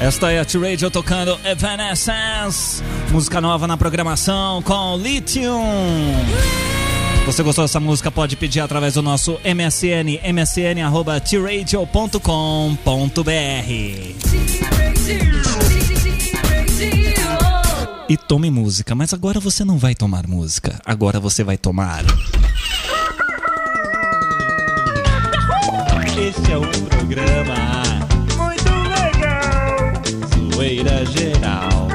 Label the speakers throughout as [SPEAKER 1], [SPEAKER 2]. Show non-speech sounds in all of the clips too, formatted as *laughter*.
[SPEAKER 1] Esta é a T-Radio tocando Evanescence, música nova na programação com Lithium. Você gostou dessa música? Pode pedir através do nosso MSN, msn.tradio.com.br. E tome música, mas agora você não vai tomar música, agora você vai tomar. Este é o programa
[SPEAKER 2] Muito legal.
[SPEAKER 1] Zoeira Geral.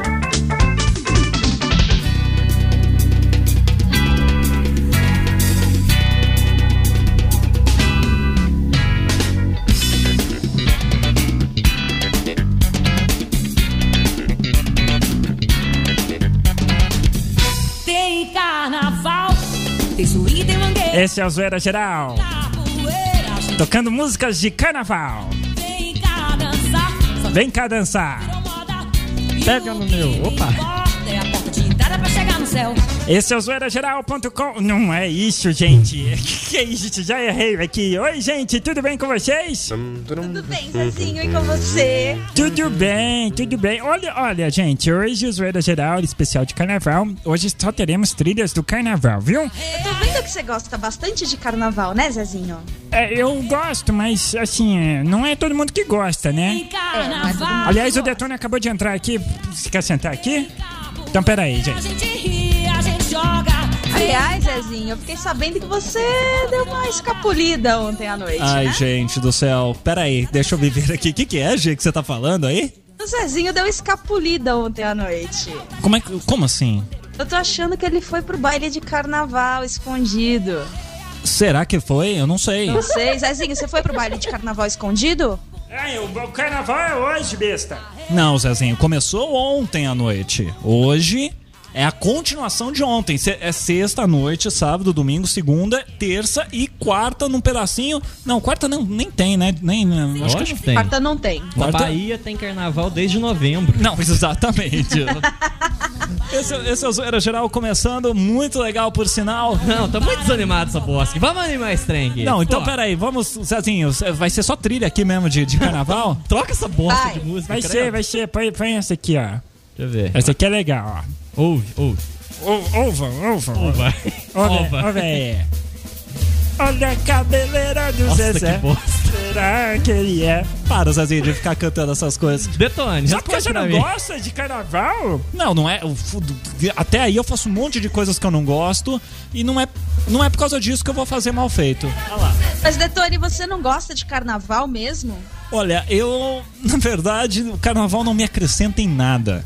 [SPEAKER 3] Tem carnaval, tem zoeira, tem mangueira,
[SPEAKER 2] Esse é o Zoeira Geral,
[SPEAKER 3] capoeira,
[SPEAKER 2] tocando músicas de carnaval.
[SPEAKER 3] tem cá dançar, só
[SPEAKER 2] Vem cá dançar.
[SPEAKER 3] virou moda. E
[SPEAKER 2] Pega
[SPEAKER 3] o
[SPEAKER 2] no
[SPEAKER 3] que
[SPEAKER 2] meu,
[SPEAKER 3] me
[SPEAKER 2] opa.
[SPEAKER 3] importa É a porta de entrada pra chegar no céu.
[SPEAKER 2] Esse é o zoeirageral.com. Não é isso, gente. *laughs* Que que é isso, gente? Já errei aqui. Oi, gente, tudo bem com vocês?
[SPEAKER 4] Tudo bem, Zezinho, e com você?
[SPEAKER 2] Tudo bem, tudo bem. Olha, olha, gente, hoje o Zoeira Geral especial de carnaval. Hoje só teremos trilhas do carnaval, viu?
[SPEAKER 4] Eu tô vendo que você gosta bastante de carnaval, né, Zezinho?
[SPEAKER 2] É, eu gosto, mas assim, é, não é todo mundo que gosta, né?
[SPEAKER 3] Tem carnaval.
[SPEAKER 2] Aliás, o Detone acabou de entrar aqui. Você quer sentar aqui? Então, peraí,
[SPEAKER 3] A
[SPEAKER 2] gente.
[SPEAKER 3] gente ri, a gente joga.
[SPEAKER 4] Aliás, Zezinho, eu fiquei sabendo que você deu uma escapulida ontem à noite,
[SPEAKER 1] Ai,
[SPEAKER 4] né?
[SPEAKER 1] gente do céu. Peraí, deixa eu viver aqui. O que, que é, G, que você tá falando aí?
[SPEAKER 4] O Zezinho deu escapulida ontem à noite.
[SPEAKER 1] Como, é, que- como assim?
[SPEAKER 4] Eu tô achando que ele foi pro baile de carnaval escondido.
[SPEAKER 1] Será que foi? Eu não sei.
[SPEAKER 4] Não sei, Zezinho, você foi pro baile de carnaval escondido?
[SPEAKER 2] Ai, o o carnaval é hoje, besta.
[SPEAKER 1] Não, Zezinho, começou ontem à noite. Hoje é a continuação de ontem. Se- É sexta à noite, sábado, domingo, segunda, terça e quarta num pedacinho. Não, quarta não, nem tem, né? Nem, não, acho que
[SPEAKER 5] Lógico que tem.
[SPEAKER 4] Quarta não tem.
[SPEAKER 5] Na
[SPEAKER 1] Quarta-
[SPEAKER 5] Bahia tem carnaval desde *laughs* novembro.
[SPEAKER 1] Não, *laughs* exatamente. esse, esse é o Zoeira Geral começando, muito legal por sinal.
[SPEAKER 5] Não, tá muito desanimado essa bosta. Vamos animar esse trem aqui.
[SPEAKER 1] Não, então
[SPEAKER 5] Pô,
[SPEAKER 1] peraí, vamos, Zezinho, vai ser só trilha aqui mesmo de, de carnaval?
[SPEAKER 5] Troca essa bosta
[SPEAKER 4] Vai.
[SPEAKER 5] de música.
[SPEAKER 2] Vai
[SPEAKER 5] credo.
[SPEAKER 2] ser, vai ser. Põe, põe essa aqui, ó.
[SPEAKER 5] Deixa eu ver.
[SPEAKER 2] Essa aqui é legal, ó.
[SPEAKER 5] Ouve, ouve.
[SPEAKER 2] Ou- Ouva, ouva, ouva.
[SPEAKER 5] Vai.
[SPEAKER 2] Olha, olha aí.
[SPEAKER 5] É.
[SPEAKER 2] Olha a cabeleira do
[SPEAKER 5] Nossa,
[SPEAKER 2] Zezé.
[SPEAKER 5] que bosta.
[SPEAKER 2] Será que ele é?
[SPEAKER 1] Para, Zezinho, de ficar cantando essas coisas.
[SPEAKER 5] Detone,
[SPEAKER 2] Sabe que
[SPEAKER 5] responde
[SPEAKER 2] você
[SPEAKER 5] pra
[SPEAKER 2] não
[SPEAKER 5] mim.
[SPEAKER 2] gosta de carnaval?
[SPEAKER 1] Não, não é. eu fu- Até aí eu faço um monte de coisas que eu não gosto e não é, não é por causa disso que eu vou fazer mal feito.
[SPEAKER 4] Mas, Detone, você não gosta de carnaval mesmo?
[SPEAKER 1] Olha, eu, *laughs* na verdade, o carnaval não me acrescenta em nada.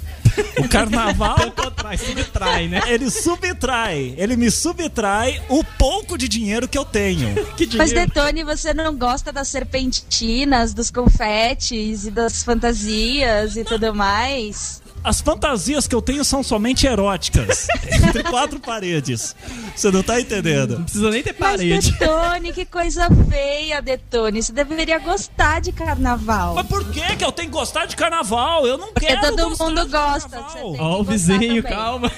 [SPEAKER 1] O
[SPEAKER 5] *laughs*
[SPEAKER 1] carnaval.
[SPEAKER 5] Trai, subtrai, né?
[SPEAKER 1] Ele subtrai, ele me subtrai o pouco de dinheiro que eu tenho.
[SPEAKER 5] Que
[SPEAKER 4] Mas,
[SPEAKER 5] dinheiro.
[SPEAKER 4] Detone, você não gosta das serpentinas, dos confetes e das fantasias e tudo mais?
[SPEAKER 1] As fantasias que eu tenho são somente eróticas. *laughs* entre quatro paredes. Você não tá entendendo?
[SPEAKER 5] Não precisa nem ter
[SPEAKER 4] Mas,
[SPEAKER 5] parede.
[SPEAKER 4] Detone, que coisa feia, Detone. Você deveria gostar de carnaval.
[SPEAKER 1] Mas por que que eu tenho que gostar de carnaval? Eu não
[SPEAKER 4] Porque
[SPEAKER 1] quero
[SPEAKER 4] todo
[SPEAKER 1] gostar
[SPEAKER 4] mundo
[SPEAKER 1] de
[SPEAKER 4] gosta. Você
[SPEAKER 1] carnaval.
[SPEAKER 4] tem que
[SPEAKER 5] Ó, o
[SPEAKER 4] gostar
[SPEAKER 5] vizinho,
[SPEAKER 4] também.
[SPEAKER 5] *laughs* calma.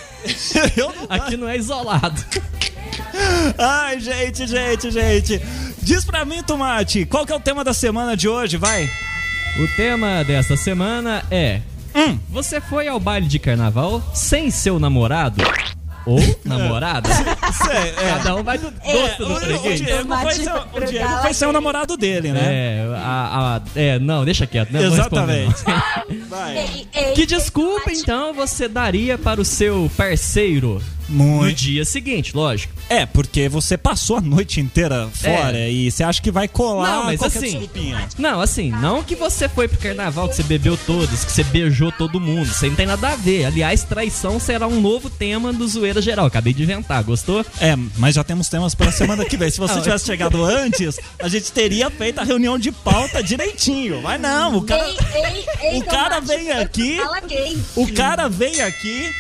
[SPEAKER 1] Eu não
[SPEAKER 5] Aqui não é isolado.
[SPEAKER 1] Ai, gente, gente, gente. Diz pra mim, Tomate, qual que é o tema da semana de hoje, vai?
[SPEAKER 5] O tema dessa semana é: Você foi ao baile de carnaval sem seu namorado? Ou *laughs* namorada?
[SPEAKER 1] É.
[SPEAKER 5] Cada um vai do gosto do
[SPEAKER 1] o, o
[SPEAKER 5] freguês. né?
[SPEAKER 1] Diego vai ser, o Diego vai ser o namorado dele, né?
[SPEAKER 5] É, a, a- é, não, deixa quieto, né? Não
[SPEAKER 1] Exatamente.
[SPEAKER 5] *laughs* respondo, não.
[SPEAKER 1] Vai.
[SPEAKER 4] Ei, ei,
[SPEAKER 5] que desculpa, então, você daria para o seu parceiro no
[SPEAKER 1] Muito.
[SPEAKER 5] dia seguinte, lógico.
[SPEAKER 1] É, porque você passou a noite inteira fora e você acha que vai colar
[SPEAKER 5] É. Não, mas
[SPEAKER 1] qualquer
[SPEAKER 5] assim-
[SPEAKER 1] desculpinha.
[SPEAKER 5] Não, assim, não que você foi pro carnaval, que você bebeu todos, que você beijou todo mundo. Isso aí não tem nada a ver. Aliás, traição será um novo tema do Zoeira Geral. Acabei de inventar, gostou?
[SPEAKER 1] É, mas já temos temas pra semana que vem. Se você
[SPEAKER 5] Não, é
[SPEAKER 1] tivesse chegado antes, a gente teria feito a reunião de pauta direitinho. Mas não, o cara,
[SPEAKER 4] ei, ei,
[SPEAKER 1] o cara
[SPEAKER 4] Tomate,
[SPEAKER 1] vem aqui,
[SPEAKER 4] Fala gay.
[SPEAKER 1] *laughs* o cara vem aqui,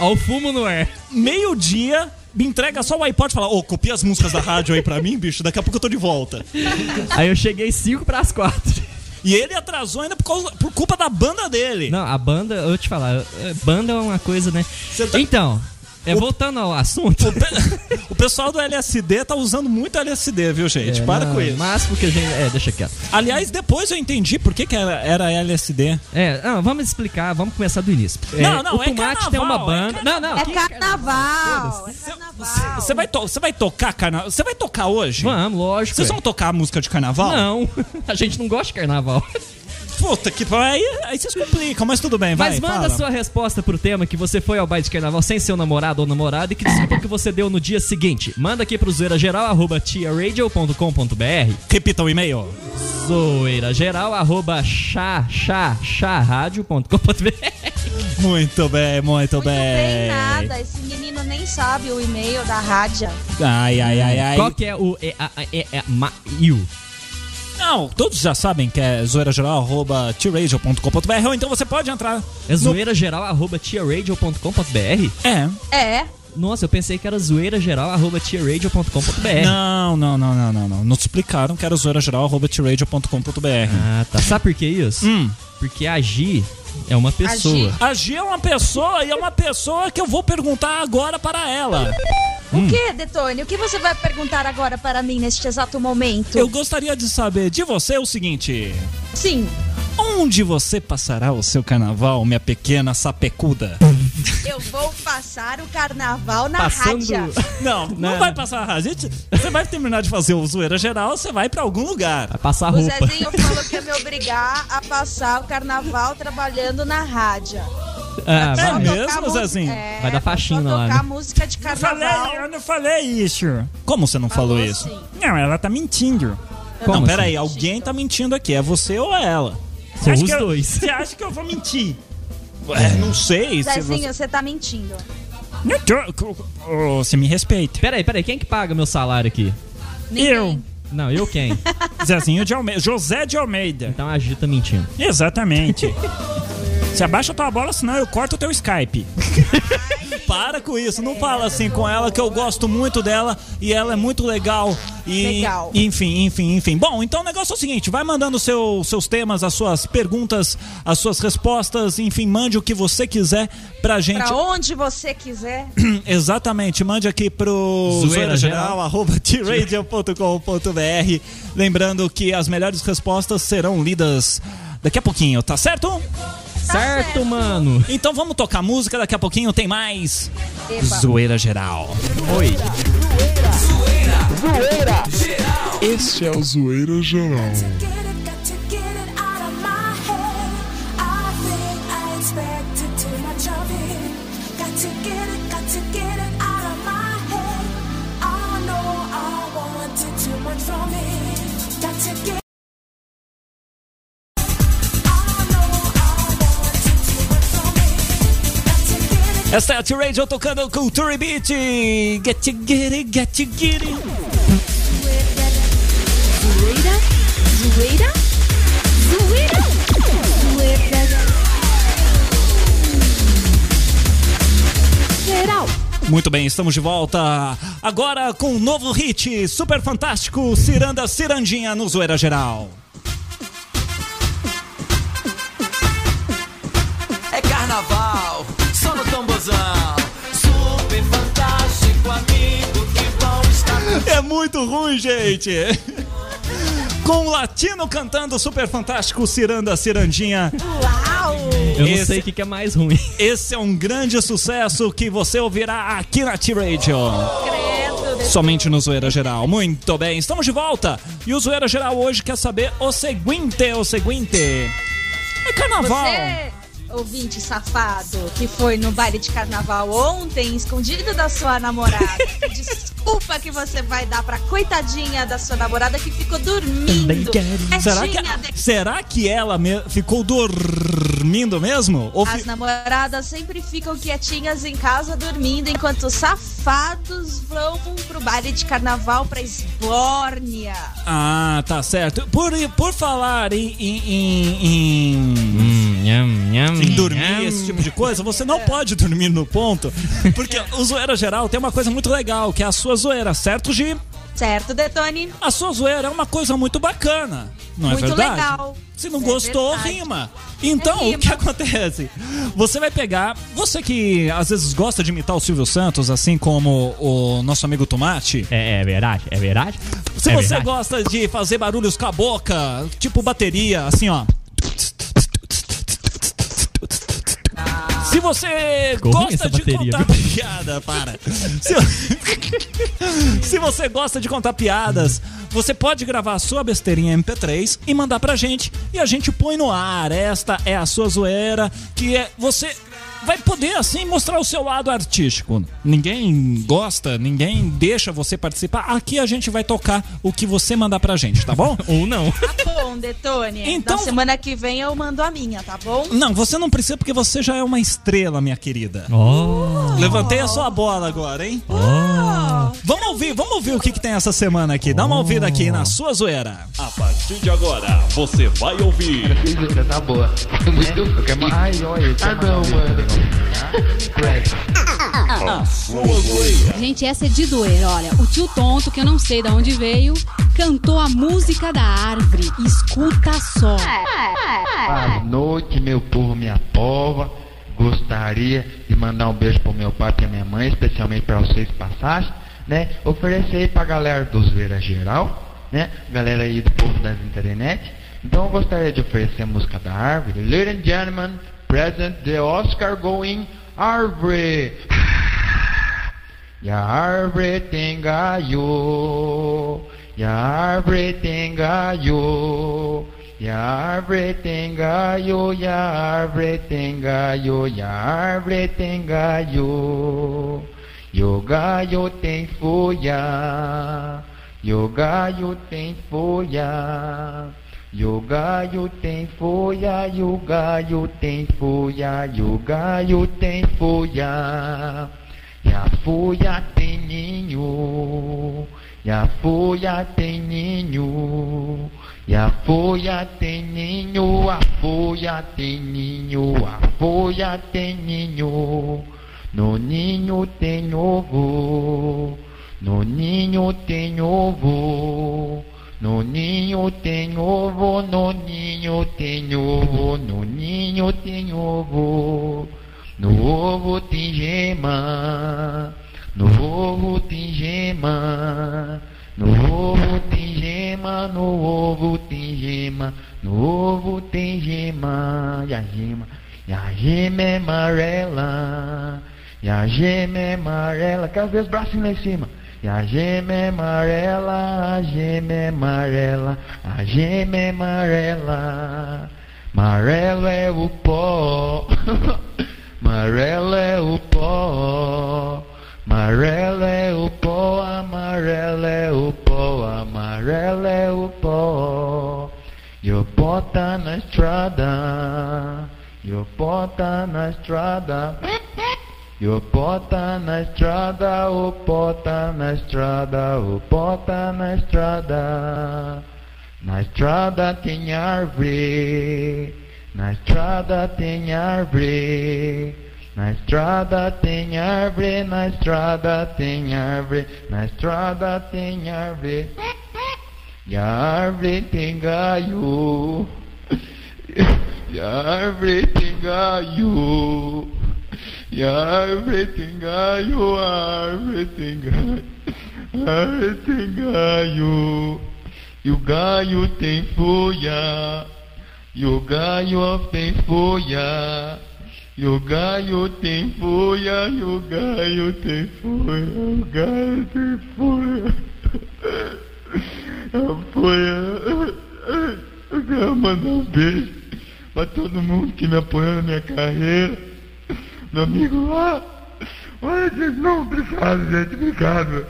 [SPEAKER 5] Ó, o fumo no ar.
[SPEAKER 1] meio-dia, me entrega só o iPod e fala: Ô, copia as músicas da rádio aí pra mim, bicho, daqui a pouco eu tô de volta.
[SPEAKER 5] Aí eu cheguei 5 pras 4.
[SPEAKER 1] E ele atrasou ainda por, causa- por culpa da banda dele.
[SPEAKER 5] Não, a banda, eu vou te falar, eh, banda é uma coisa, né?
[SPEAKER 1] Você tá-
[SPEAKER 5] Então, É, voltando ao assunto.
[SPEAKER 1] *laughs* O pessoal do LSD tá usando muito LSD, viu, gente?
[SPEAKER 5] É,
[SPEAKER 1] Para
[SPEAKER 5] não,
[SPEAKER 1] com isso.
[SPEAKER 5] Mas porque a gente. É, deixa quieto.
[SPEAKER 1] Aliás, depois eu entendi por que, que era, era LSD.
[SPEAKER 5] É, não, vamos explicar, vamos começar do início.
[SPEAKER 1] Não, não,
[SPEAKER 5] o
[SPEAKER 1] é
[SPEAKER 5] Tomate
[SPEAKER 1] carnaval,
[SPEAKER 5] tem uma
[SPEAKER 1] é
[SPEAKER 5] banda. não, não,
[SPEAKER 4] É
[SPEAKER 5] que-
[SPEAKER 4] carnaval! É carnaval!
[SPEAKER 1] Você vai, to- você vai tocar carnaval? Você vai tocar hoje?
[SPEAKER 5] vamos, lógico.
[SPEAKER 1] Vocês
[SPEAKER 5] é.
[SPEAKER 1] vão tocar música de carnaval?
[SPEAKER 5] Não, *laughs* a gente não gosta de carnaval.
[SPEAKER 1] Puta que pariu. Aí, aí vocês complicam, mas tudo bem, vai.
[SPEAKER 5] Mas manda
[SPEAKER 1] fala.
[SPEAKER 5] sua resposta pro tema que você foi ao baile de carnaval sem seu namorado ou namorada e que desculpa que você deu no dia seguinte. Manda aqui pro zoeirageral.tiaradio.com.br
[SPEAKER 1] Repita o e-mail.
[SPEAKER 5] zoeirageral.chachacharadio.com.br
[SPEAKER 1] Muito bem, muito,
[SPEAKER 4] Muito bem, nada. Esse menino nem sabe o e-mail da rádio.
[SPEAKER 1] Ai, ai, ai, ai.
[SPEAKER 5] Qual que é o e a a- e a ma iu?
[SPEAKER 1] Não, todos já sabem que é zoeirageral.com.br ou então você pode entrar.
[SPEAKER 5] É zoeirageral.tiaradio.com.br?
[SPEAKER 1] É.
[SPEAKER 4] É.
[SPEAKER 5] Nossa, eu pensei que era
[SPEAKER 1] é.
[SPEAKER 5] zoeirageral.tiaradio.com.br.
[SPEAKER 1] Não, não, não, não, não, não. Não te explicaram que era zoeirageral.com.br.
[SPEAKER 5] Ah, tá. Sabe por que isso?
[SPEAKER 1] Hum.
[SPEAKER 5] Porque a Gi é uma pessoa.
[SPEAKER 4] Gi.
[SPEAKER 1] A Gi é uma pessoa e é uma pessoa que eu vou perguntar agora para ela.
[SPEAKER 4] O que, Detone? O que você vai perguntar agora para mim neste exato momento?
[SPEAKER 1] Eu gostaria de saber de você o seguinte:
[SPEAKER 4] Sim,
[SPEAKER 1] Onde você passará o seu carnaval, minha pequena sapecuda?
[SPEAKER 4] eu vou passar o carnaval na
[SPEAKER 5] Passando.
[SPEAKER 4] rádio.
[SPEAKER 1] Não, não,
[SPEAKER 5] Não.
[SPEAKER 1] vai passar a gente. Você vai terminar de fazer o zoeira geral, você vai pra algum lugar.
[SPEAKER 5] Vai passar
[SPEAKER 4] O
[SPEAKER 5] roupa.
[SPEAKER 4] Zezinho falou que ia me obrigar a passar o carnaval trabalhando na rádio.
[SPEAKER 5] Ah,
[SPEAKER 1] É
[SPEAKER 4] Só
[SPEAKER 5] vai.
[SPEAKER 1] mesmo,
[SPEAKER 4] tocar mu-
[SPEAKER 1] Zezinho?
[SPEAKER 4] É,
[SPEAKER 5] Vai dar faxina
[SPEAKER 4] só
[SPEAKER 5] lá,
[SPEAKER 4] tocar
[SPEAKER 5] né?
[SPEAKER 4] música de
[SPEAKER 2] Falei,
[SPEAKER 4] carnaval.
[SPEAKER 2] eu não falei isso.
[SPEAKER 1] Como você não falou, isso?
[SPEAKER 4] assim.
[SPEAKER 2] Não, ela tá mentindo.
[SPEAKER 5] Como
[SPEAKER 1] não,
[SPEAKER 5] assim?
[SPEAKER 1] peraí, alguém tá mentindo aqui. É você ou é ela?
[SPEAKER 2] Você
[SPEAKER 5] Ou
[SPEAKER 2] acha
[SPEAKER 5] os
[SPEAKER 2] que eu-
[SPEAKER 5] dois. É.
[SPEAKER 2] Você acha que eu vou mentir?
[SPEAKER 1] Ué, É, não sei. Se você...
[SPEAKER 4] Zezinho, você tá mentindo.
[SPEAKER 2] Não tô. Ô, você me
[SPEAKER 5] *laughs*
[SPEAKER 2] respeita.
[SPEAKER 5] Peraí, peraí, quem que paga meu salário aqui?
[SPEAKER 2] Eu,
[SPEAKER 5] Não,
[SPEAKER 4] *laughs*
[SPEAKER 5] eu quem?
[SPEAKER 2] Zezinho de Almeida. José de Almeida.
[SPEAKER 5] Então a Gi tá mentindo.
[SPEAKER 2] Exatamente. *laughs* Se abaixa a tua bola, senão eu corto o teu Skype.
[SPEAKER 1] *laughs* Para com isso, não fala assim com ela, que eu gosto muito dela e ela é muito legal. E,
[SPEAKER 4] Legal.
[SPEAKER 1] Enfim, enfim, enfim. Bom, então o negócio é o seguinte: vai mandando seu, seus temas, as suas perguntas, as suas respostas, enfim, mande o que você quiser pra gente.
[SPEAKER 4] Pra onde você quiser.
[SPEAKER 1] Exatamente, mande aqui pro
[SPEAKER 5] Zoeira
[SPEAKER 1] zoeirageral,
[SPEAKER 5] geral.
[SPEAKER 1] arroba *laughs* tradio.com.br. Lembrando que as melhores respostas serão lidas daqui a pouquinho, tá certo?
[SPEAKER 5] certo,
[SPEAKER 4] Tá certo.
[SPEAKER 5] mano.
[SPEAKER 1] Então vamos tocar música, daqui a pouquinho tem mais
[SPEAKER 4] Eba.
[SPEAKER 1] Zoeira Geral.
[SPEAKER 6] Este é o Zoeira Geral.
[SPEAKER 3] Get it, got to get it out of my head. I think I expected too much of it. Got to get it, got to get it out of my head. I know I wanted too much from it. Got to get I know I wanted too much from it. Got to get it.
[SPEAKER 1] Essa é a T-Radio tocando Culture Beat. Get it, get it, get it, get it.
[SPEAKER 3] Zoeira, zoeira, zoeira, zoeira. Geral.
[SPEAKER 1] Muito bem, estamos de volta agora com um novo hit super fantástico, Ciranda Cirandinha no Zoeira Geral.
[SPEAKER 7] É carnaval, só no tombozão. Super fantástico, amigo, que bom estar com
[SPEAKER 1] É muito ruim, gente. Com o latino cantando super fantástico, Ciranda Cirandinha.
[SPEAKER 5] Eu
[SPEAKER 1] Esse-
[SPEAKER 5] não sei o que, que é mais ruim.
[SPEAKER 1] Esse é um grande sucesso que você ouvirá aqui na T-Radio. Somente no Zoeira Geral. Muito bem, estamos de volta. E o Zoeira Geral hoje quer saber o seguinte, o seguinte. É carnaval.
[SPEAKER 4] Você, é ouvinte safado, que foi no baile de carnaval ontem, escondido da sua namorada.
[SPEAKER 1] *laughs*
[SPEAKER 4] que Desculpa que você vai dar pra coitadinha da sua namorada que ficou dormindo.
[SPEAKER 1] Será
[SPEAKER 4] Quietinha,
[SPEAKER 1] que, será que ela me- ficou dormindo mesmo? Ou fi-
[SPEAKER 4] As namoradas sempre ficam quietinhas em casa dormindo, enquanto os safados vão pro baile de carnaval pra Esbórnia.
[SPEAKER 1] Ah, tá certo. Por, por falar em, em- em- em- em dormir,
[SPEAKER 5] né?
[SPEAKER 1] esse tipo de coisa, você não pode dormir no ponto, porque o é Zoeira Geral tem uma coisa muito legal, que é a sua zoeira, certo, Gi?
[SPEAKER 4] Certo, Detone?
[SPEAKER 1] A sua zoeira é uma coisa muito bacana, não
[SPEAKER 4] Muito
[SPEAKER 1] é verdade?
[SPEAKER 4] legal.
[SPEAKER 1] Se não
[SPEAKER 4] É
[SPEAKER 1] gostou,
[SPEAKER 4] verdade.
[SPEAKER 1] rima. Então,
[SPEAKER 4] É rima.
[SPEAKER 1] o que acontece? Você vai pegar. Você que às vezes gosta de imitar o Silvio Santos, assim como o nosso amigo Tomate.
[SPEAKER 5] É, é verdade, é verdade.
[SPEAKER 1] Se você
[SPEAKER 5] É verdade.
[SPEAKER 1] gosta de fazer barulhos com a boca, tipo bateria, assim, ó. Se você
[SPEAKER 5] Ficou ruim
[SPEAKER 1] gosta
[SPEAKER 5] essa
[SPEAKER 1] de
[SPEAKER 5] bateria,
[SPEAKER 1] contar piada, para. Se, *laughs* se você gosta de contar piadas, você pode gravar a sua besteirinha MP3 e mandar pra gente e a gente põe no ar. Esta é a sua zoeira, que é você vai poder assim mostrar o seu lado artístico. Ninguém gosta, ninguém deixa você participar. Aqui a gente vai tocar o que você mandar pra gente, tá
[SPEAKER 5] *laughs*
[SPEAKER 1] bom?
[SPEAKER 5] Ou não.
[SPEAKER 4] Tá bom, Detone.
[SPEAKER 1] Então-
[SPEAKER 4] Na semana que vem eu mando a minha, tá bom?
[SPEAKER 1] Não, você não precisa porque você já é uma estrela, minha querida.
[SPEAKER 5] Oh,
[SPEAKER 1] Levantei a sua bola agora, hein? Vamos ouvir, vamos ouvir o que, que tem essa semana aqui. Dá uma ouvida aqui na sua zoeira.
[SPEAKER 8] A partir de agora, você vai ouvir.
[SPEAKER 9] Jura, tá boa. Muito Eu quero mandar. Ai, olha, eu quero mandar. Ah, não, mano.
[SPEAKER 10] Gente, essa é de doer, olha. O tio tonto, que eu não sei de onde veio, cantou a música da árvore. Escuta só.
[SPEAKER 9] Boa noite, meu povo, minha pova. Gostaria de mandar um beijo pro meu pai e pra minha mãe, especialmente pra vocês que passassem, né? Oferecer aí pra galera do Zoeira Geral, né? Galera aí do povo das internet. Então eu gostaria de oferecer a música da árvore. Ladies and gentlemen, present the Oscar going árvore. E a árvore tem galho, e a árvore tem galho, e a árvore tem galho, e a árvore tem galho, e a árvore tem galho, e o galho tem folha, e o galho tem folha, e o galho tem folha, e o galho tem folha, e o galho tem folha. E a folha tem ninho, e a folha tem ninho, e a folha tem ninho, a folha tem ninho, a folha tem ninho. No ninho tem ovo, no ninho tem ovo, no ninho tem ovo, no ninho tem ovo, no ninho tem ovo. No ovo tem gema, no ovo tem gema, no ovo tem gema, no ovo tem gema, no ovo tem gema, e a gema, e a gema é amarela, e a gema é amarela, quero ver os bracinhos lá em cima. E a gema é amarela, a gema é amarela, a gema é amarela. Amarelo é o pó, *laughs* amarelo é o pó, amarelo é o pó, amarelo é o pó, amarelo é o pó. E o pó tá na estrada, e o pó tá na estrada. E o pó tá na estrada, o pó tá na estrada, o pó tá na estrada. Na estrada tem árvore, na estrada tem árvore, na estrada tem árvore, na estrada tem árvore, na estrada tem árvore. E a árvore tem galho, e a árvore tem galho, e a árvore tem galho, a árvore tem galho, a árvore tem galho, e o galho tem folha, e o galho tem folha, e o galho tem folha, e o galho tem folha, o galho tem folha. Apoia. eh, Eu quero mandar um beijo pra todo mundo que me apoiou na minha carreira. Meu amigo lá. Olha, gente, não, obrigado, gente, obrigado.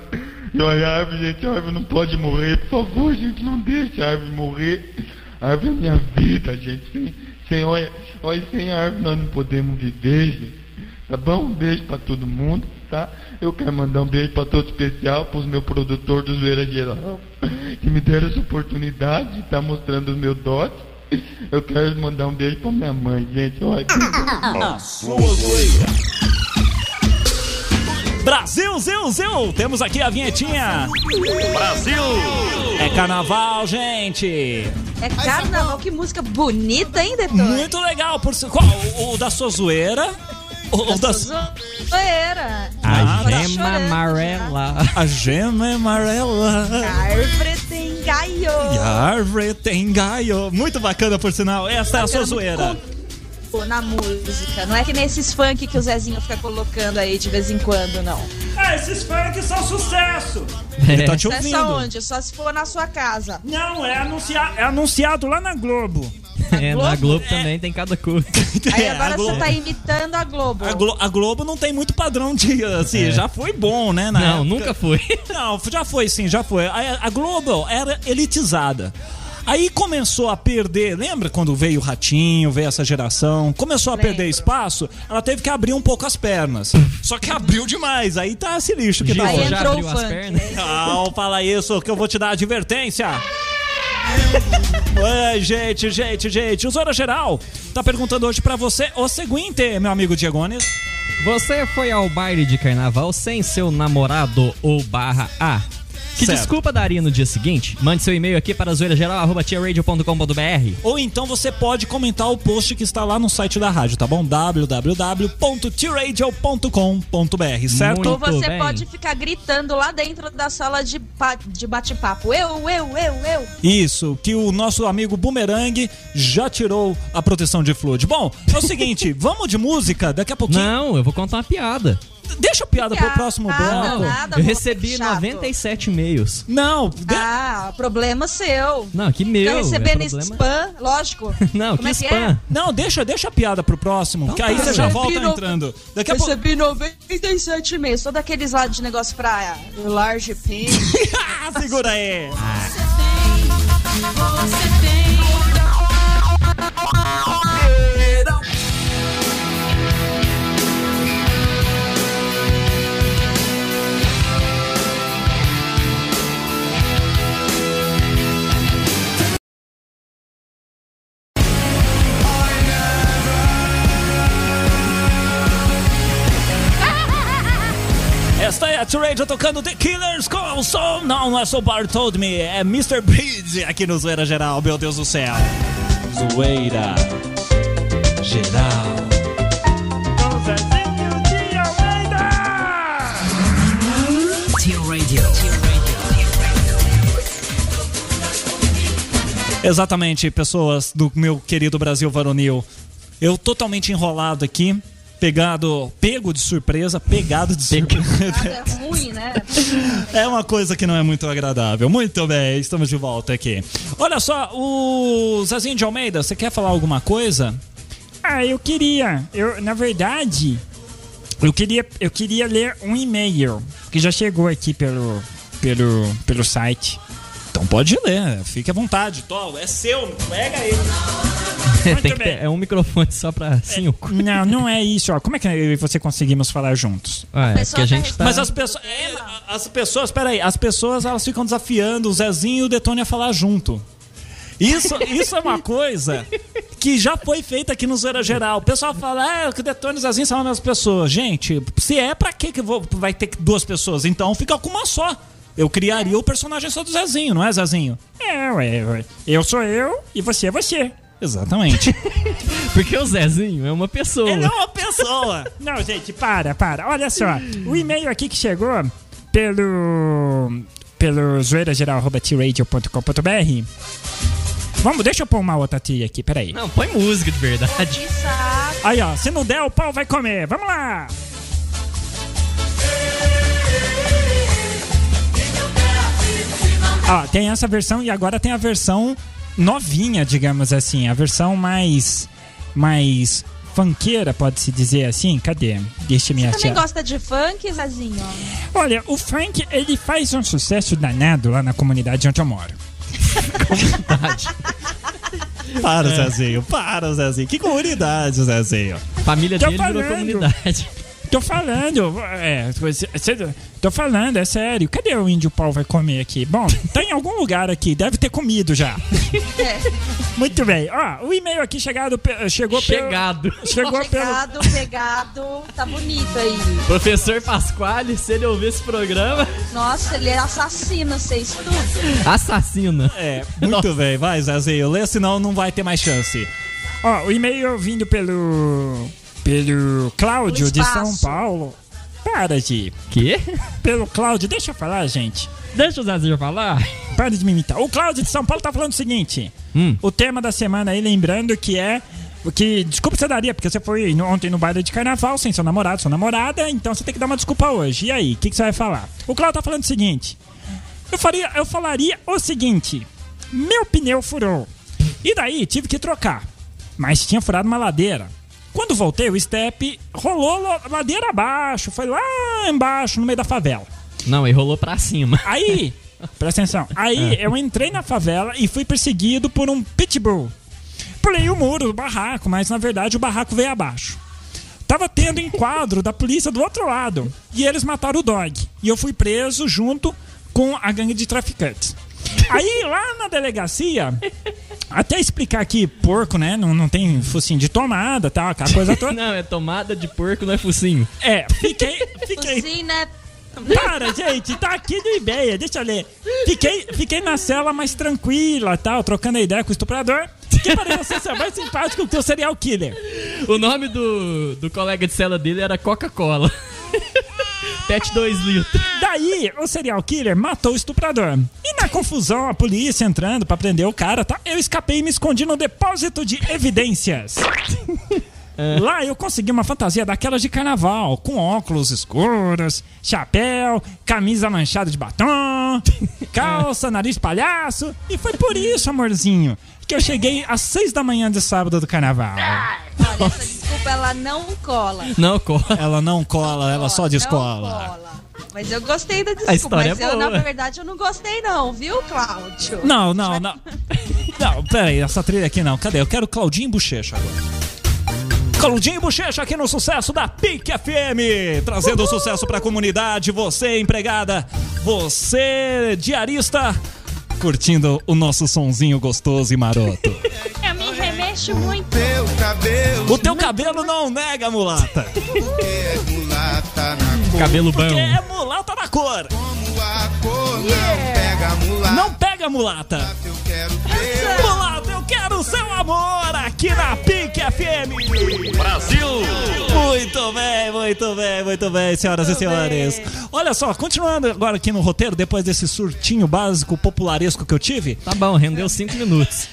[SPEAKER 9] E olha, a árvore, gente, a árvore não pode morrer. Por favor, gente, não deixe a árvore morrer. A árvore é minha vida, gente. Sem, sem, olha, olha, sem a árvore nós não podemos viver, gente. Tá bom? Um beijo pra todo mundo, tá? Eu quero mandar um beijo pra todo especial, pros meu produtor do Zoeira Geral, que me deram essa oportunidade de estar mostrando o meu dote. Eu quero mandar um beijo pra minha mãe, gente. Olha,
[SPEAKER 8] Sua zoeira.
[SPEAKER 1] Brasil, Zil, Zil! Temos aqui a vinhetinha.
[SPEAKER 8] Brasil!
[SPEAKER 1] É carnaval, gente!
[SPEAKER 4] É carnaval, que música bonita, hein, Detor?
[SPEAKER 1] Muito legal, por si- qual? O, o da sua zoeira? O, o da sua
[SPEAKER 4] Zoeira.
[SPEAKER 1] A
[SPEAKER 4] Ela tá
[SPEAKER 1] gema
[SPEAKER 4] chorando tá
[SPEAKER 5] amarela.
[SPEAKER 1] A gema é
[SPEAKER 4] já. A
[SPEAKER 1] amarela.
[SPEAKER 4] árvore tem gaio.
[SPEAKER 1] E a árvore tem gaio. Muito bacana, por sinal. Essa é a sua zoeira.
[SPEAKER 4] Pô, Na música. Não é que nesses funk que o Zezinho fica colocando aí de vez em quando, não.
[SPEAKER 2] Ah, esses funk são sucesso.
[SPEAKER 5] *laughs*
[SPEAKER 1] Ele tá te
[SPEAKER 4] Não é só
[SPEAKER 1] ouvindo.
[SPEAKER 4] onde? Só se for na sua casa.
[SPEAKER 2] Não, é, anuncia- é anunciado lá na Globo.
[SPEAKER 5] É,
[SPEAKER 4] tá tipo,
[SPEAKER 5] na
[SPEAKER 4] né?
[SPEAKER 5] Globo também tem cada coisa.
[SPEAKER 4] Aí
[SPEAKER 1] É,
[SPEAKER 4] agora
[SPEAKER 1] a
[SPEAKER 4] você
[SPEAKER 1] Globo.
[SPEAKER 4] tá imitando a Globo.
[SPEAKER 1] A, Glo- a Globo não tem muito padrão de. Assim,
[SPEAKER 5] É.
[SPEAKER 1] já foi bom, né? na
[SPEAKER 5] Não,
[SPEAKER 1] época.
[SPEAKER 5] nunca foi.
[SPEAKER 1] *laughs* Não, já foi sim, já foi. A, a Globo era elitizada. Aí começou a perder, lembra quando veio o Ratinho, veio essa geração? Começou a perder espaço, ela teve que abrir um pouco as pernas. Só que abriu demais, aí tá esse lixo que tá
[SPEAKER 5] Gil
[SPEAKER 4] Aí
[SPEAKER 1] hoje.
[SPEAKER 5] já
[SPEAKER 4] entrou
[SPEAKER 5] abriu
[SPEAKER 4] o
[SPEAKER 5] as
[SPEAKER 4] funk. né?
[SPEAKER 5] pernas.
[SPEAKER 1] Não, fala isso que eu vou te dar advertência. Ai, gente, gente, gente. O Zora Geral tá perguntando hoje pra você o seguinte, meu amigo Diegones.
[SPEAKER 5] Você foi ao baile de carnaval sem seu namorado ou barra A. Que
[SPEAKER 1] Certo.
[SPEAKER 5] desculpa daria no dia seguinte? Mande seu e-mail aqui para zoeirageral.tiaradio.com.br
[SPEAKER 1] Ou então você pode comentar o post que está lá no site da rádio, tá bom? www.tradio.com.br, certo?
[SPEAKER 4] Ou
[SPEAKER 5] Muito
[SPEAKER 4] Então você
[SPEAKER 5] bem.
[SPEAKER 4] pode ficar gritando lá dentro da sala de, pa- de bate-papo. Eu, eu, eu, eu.
[SPEAKER 1] Isso, que o nosso amigo Boomerang já tirou a proteção de flood. Bom, é o seguinte, vamos de música daqui a pouquinho.
[SPEAKER 5] Não, eu vou contar uma piada.
[SPEAKER 1] Deixa a piada pro
[SPEAKER 4] Piada,
[SPEAKER 1] próximo bloco.
[SPEAKER 4] nada,
[SPEAKER 5] eu
[SPEAKER 4] moleque
[SPEAKER 5] recebi
[SPEAKER 4] chato.
[SPEAKER 5] 97 e-mails.
[SPEAKER 1] Não, de-
[SPEAKER 4] Ah, problema seu.
[SPEAKER 5] Não, que meu.
[SPEAKER 4] Fica recebendo
[SPEAKER 5] é problema-
[SPEAKER 4] spam, lógico.
[SPEAKER 5] Não,
[SPEAKER 4] Como
[SPEAKER 5] que
[SPEAKER 4] é que
[SPEAKER 5] spam.
[SPEAKER 1] *laughs* não, deixa, deixa a piada pro próximo, que aí
[SPEAKER 5] tá,
[SPEAKER 1] você já
[SPEAKER 5] ué.
[SPEAKER 1] volta
[SPEAKER 4] Pino-
[SPEAKER 1] entrando. Daqui a pouco.
[SPEAKER 4] Recebi 97 e-mails. Só daqueles lá de negócio pra large
[SPEAKER 1] *laughs*
[SPEAKER 4] pin.
[SPEAKER 1] Ah, segura aí. Esta é a T-Radio tocando The Killers com o som. Não, não é Soul Bar Told Me, é Mr. Breeze aqui no Zoeira Geral, meu Deus do céu. Zoeira Geral. Exatamente, pessoas do meu querido Brasil varonil. Eu totalmente enrolado aqui, pegado, pego de surpresa, pegado de surpresa.
[SPEAKER 4] Nada é ruim, né?
[SPEAKER 1] É uma coisa que não é muito agradável. Muito bem, estamos de volta aqui. Olha só, o Zezinho de Almeida, você quer falar alguma coisa?
[SPEAKER 2] Ah, eu queria. Eu, na verdade, eu queria, eu queria ler um e-mail que já chegou aqui pelo, pelo, pelo site.
[SPEAKER 1] Então pode ler, fique à vontade. Tó, é seu, pega ele.
[SPEAKER 5] *laughs* Tem que
[SPEAKER 2] bem.
[SPEAKER 5] ter- é um microfone só pra cinco.
[SPEAKER 2] Não, não é isso. Ó. Como é que eu e você conseguimos falar juntos?
[SPEAKER 5] Ah, é, porque
[SPEAKER 4] pessoa
[SPEAKER 5] a
[SPEAKER 4] tá
[SPEAKER 5] gente tá.
[SPEAKER 1] Mas as pessoas. é, as pessoas, peraí, as pessoas elas ficam desafiando o Zezinho e o Detone a falar junto. Isso, isso é uma coisa que já foi feita aqui no Zoeira Geral. O pessoal fala, ah, que o Detone e o Zezinho são as mesmas pessoas. Gente, se é, pra que que vou- vai ter que duas pessoas? Então fica com uma só. Eu criaria o personagem só do Zezinho, não é, Zezinho?
[SPEAKER 2] É, ué, ué. Eu sou eu e você é você.
[SPEAKER 1] Exatamente.
[SPEAKER 5] Porque o Zezinho é uma pessoa.
[SPEAKER 1] Ele é uma pessoa.
[SPEAKER 2] *laughs* Não, gente, para, para. Olha só. O e-mail aqui que chegou pelo. pelo zoeirageral.tradio.com.br. Vamos, deixa eu pôr uma outra tia aqui, peraí.
[SPEAKER 5] Não, põe música de verdade.
[SPEAKER 4] Que saco.
[SPEAKER 2] Aí, ó, se não der, o pau vai comer. Vamos lá! Ó, tem essa versão e agora tem a versão novinha, digamos assim. A versão mais. mais. funkeira, pode-se dizer assim? Cadê? Deixa eu me
[SPEAKER 4] Também
[SPEAKER 2] achar.
[SPEAKER 4] gosta de funk, Zezinho?
[SPEAKER 2] Olha, o funk, ele faz um sucesso danado lá na comunidade onde eu moro. *laughs*
[SPEAKER 1] Para, Zezinho. Para, Zezinho. Que comunidade, Zezinho.
[SPEAKER 5] Família
[SPEAKER 2] Tô
[SPEAKER 5] dele virou
[SPEAKER 2] falando.
[SPEAKER 5] comunidade.
[SPEAKER 2] Tô Tô falando, é, você- você- tô falando, é sério. Cadê o índio pau vai comer aqui?
[SPEAKER 4] *laughs*
[SPEAKER 2] Bom, tá em algum lugar aqui, deve ter comido já.
[SPEAKER 4] É.
[SPEAKER 2] Muito bem. Ó, o e-mail aqui chegado, pe- chegou pelo-
[SPEAKER 5] Chegado.
[SPEAKER 2] Chegou pelo
[SPEAKER 4] Pegado, pegado. Tá bonito aí.
[SPEAKER 5] Professor Pasquale, se ele ouvir esse programa,
[SPEAKER 4] Nossa, ele é assassino,
[SPEAKER 1] *laughs*
[SPEAKER 4] vocês tudo.
[SPEAKER 5] assassina.
[SPEAKER 1] É, muito bem. Vai, Zazeio, lê, senão não vai ter mais chance.
[SPEAKER 2] Ó, o e-mail vindo pelo. pelo Cláudio
[SPEAKER 4] Pelo
[SPEAKER 2] de São
[SPEAKER 4] espaço.
[SPEAKER 2] Paulo. Para de.
[SPEAKER 5] Quê?
[SPEAKER 2] Pelo Cláudio, deixa eu falar, gente.
[SPEAKER 5] Deixa o Zazinho falar.
[SPEAKER 2] Para de me imitar. O Cláudio de São Paulo tá falando o seguinte:
[SPEAKER 5] Hum.
[SPEAKER 2] o tema da semana aí, lembrando que é. Que desculpa você daria, porque você foi no- ontem no baile de carnaval sem seu namorado, sua namorada, então você tem que dar uma desculpa hoje. E aí, o que, que você vai falar? O Cláudio tá falando o seguinte: eu, faria, eu falaria o seguinte: meu pneu furou. E daí tive que trocar. Mas tinha furado uma ladeira. Quando voltei, o step rolou lo- ladeira abaixo, foi lá embaixo, no meio da favela.
[SPEAKER 5] Não, ele rolou pra cima.
[SPEAKER 2] Aí, *laughs* presta atenção. Ah. Aí eu entrei na favela e fui perseguido por um pitbull. Pulei o muro, o barraco, mas na verdade o barraco veio abaixo. Tava tendo enquadro da polícia do outro lado. E eles mataram o dog. E eu fui preso junto com a gangue de traficantes. Aí lá na delegacia, até explicar que porco, né? Não, não tem focinho de tomada, tal, aquela coisa toda.
[SPEAKER 5] Não, é tomada de porco, não é focinho.
[SPEAKER 2] É, fiquei. fiquei
[SPEAKER 4] Sim, né?
[SPEAKER 2] Para, gente, tá aqui no ideia, deixa eu ler. Fiquei, fiquei na cela mais tranquila, tal, trocando a ideia com o estuprador. Que parecia ser mais simpático que o serial killer.
[SPEAKER 5] O nome do, do colega de cela dele era Coca-Cola. *laughs* Pet 2 litros.
[SPEAKER 2] Daí, o serial killer matou o estuprador. E na confusão, a polícia entrando pra prender o cara, tá? Eu escapei e me escondi no depósito de evidências.
[SPEAKER 1] É.
[SPEAKER 2] Lá eu consegui uma fantasia daquelas de carnaval, com óculos escuros, chapéu, camisa manchada
[SPEAKER 1] *laughs*
[SPEAKER 2] de batom, calça, nariz palhaço. E foi por isso, amorzinho, que eu cheguei às seis da manhã de sábado do carnaval.
[SPEAKER 4] Olha, essa desculpa ela não cola.
[SPEAKER 5] Não, Coca.
[SPEAKER 1] Ela não cola, ela só
[SPEAKER 4] Não
[SPEAKER 1] descola.
[SPEAKER 4] cola. Mas eu gostei da
[SPEAKER 5] A
[SPEAKER 4] desculpa.
[SPEAKER 5] história
[SPEAKER 4] Mas
[SPEAKER 5] é
[SPEAKER 4] eu, na
[SPEAKER 5] boa.
[SPEAKER 4] verdade, eu não gostei, não, viu, Cláudio?
[SPEAKER 2] Não, não, não.
[SPEAKER 1] *laughs* Não, peraí, essa trilha aqui não. Cadê? Eu quero Claudinho e Bochecha agora. Claudinho e Bochecha aqui no sucesso da PIC FM, trazendo o sucesso pra comunidade, você empregada, você diarista, curtindo o nosso sonzinho gostoso e maroto.
[SPEAKER 4] *laughs* Eu me remexo muito.
[SPEAKER 7] Teu cabelo
[SPEAKER 1] O teu cabelo não nega,
[SPEAKER 4] *laughs*
[SPEAKER 1] mulata.
[SPEAKER 7] é mulata na cor.
[SPEAKER 5] Cabelo
[SPEAKER 1] Porque
[SPEAKER 5] bom.
[SPEAKER 1] é mulata na cor.
[SPEAKER 7] Como a cor não pega mulata.
[SPEAKER 1] Não pega mulata.
[SPEAKER 7] Eu quero teu
[SPEAKER 1] Mulata, eu quero o seu amor aqui na PIC FM. Brasil. Muito bem, muito bem, muito bem, senhoras e senhores. Olha só, continuando agora aqui no roteiro, depois desse surtinho básico popularesco que eu tive.
[SPEAKER 5] Tá bom, rendeu 5 minutos.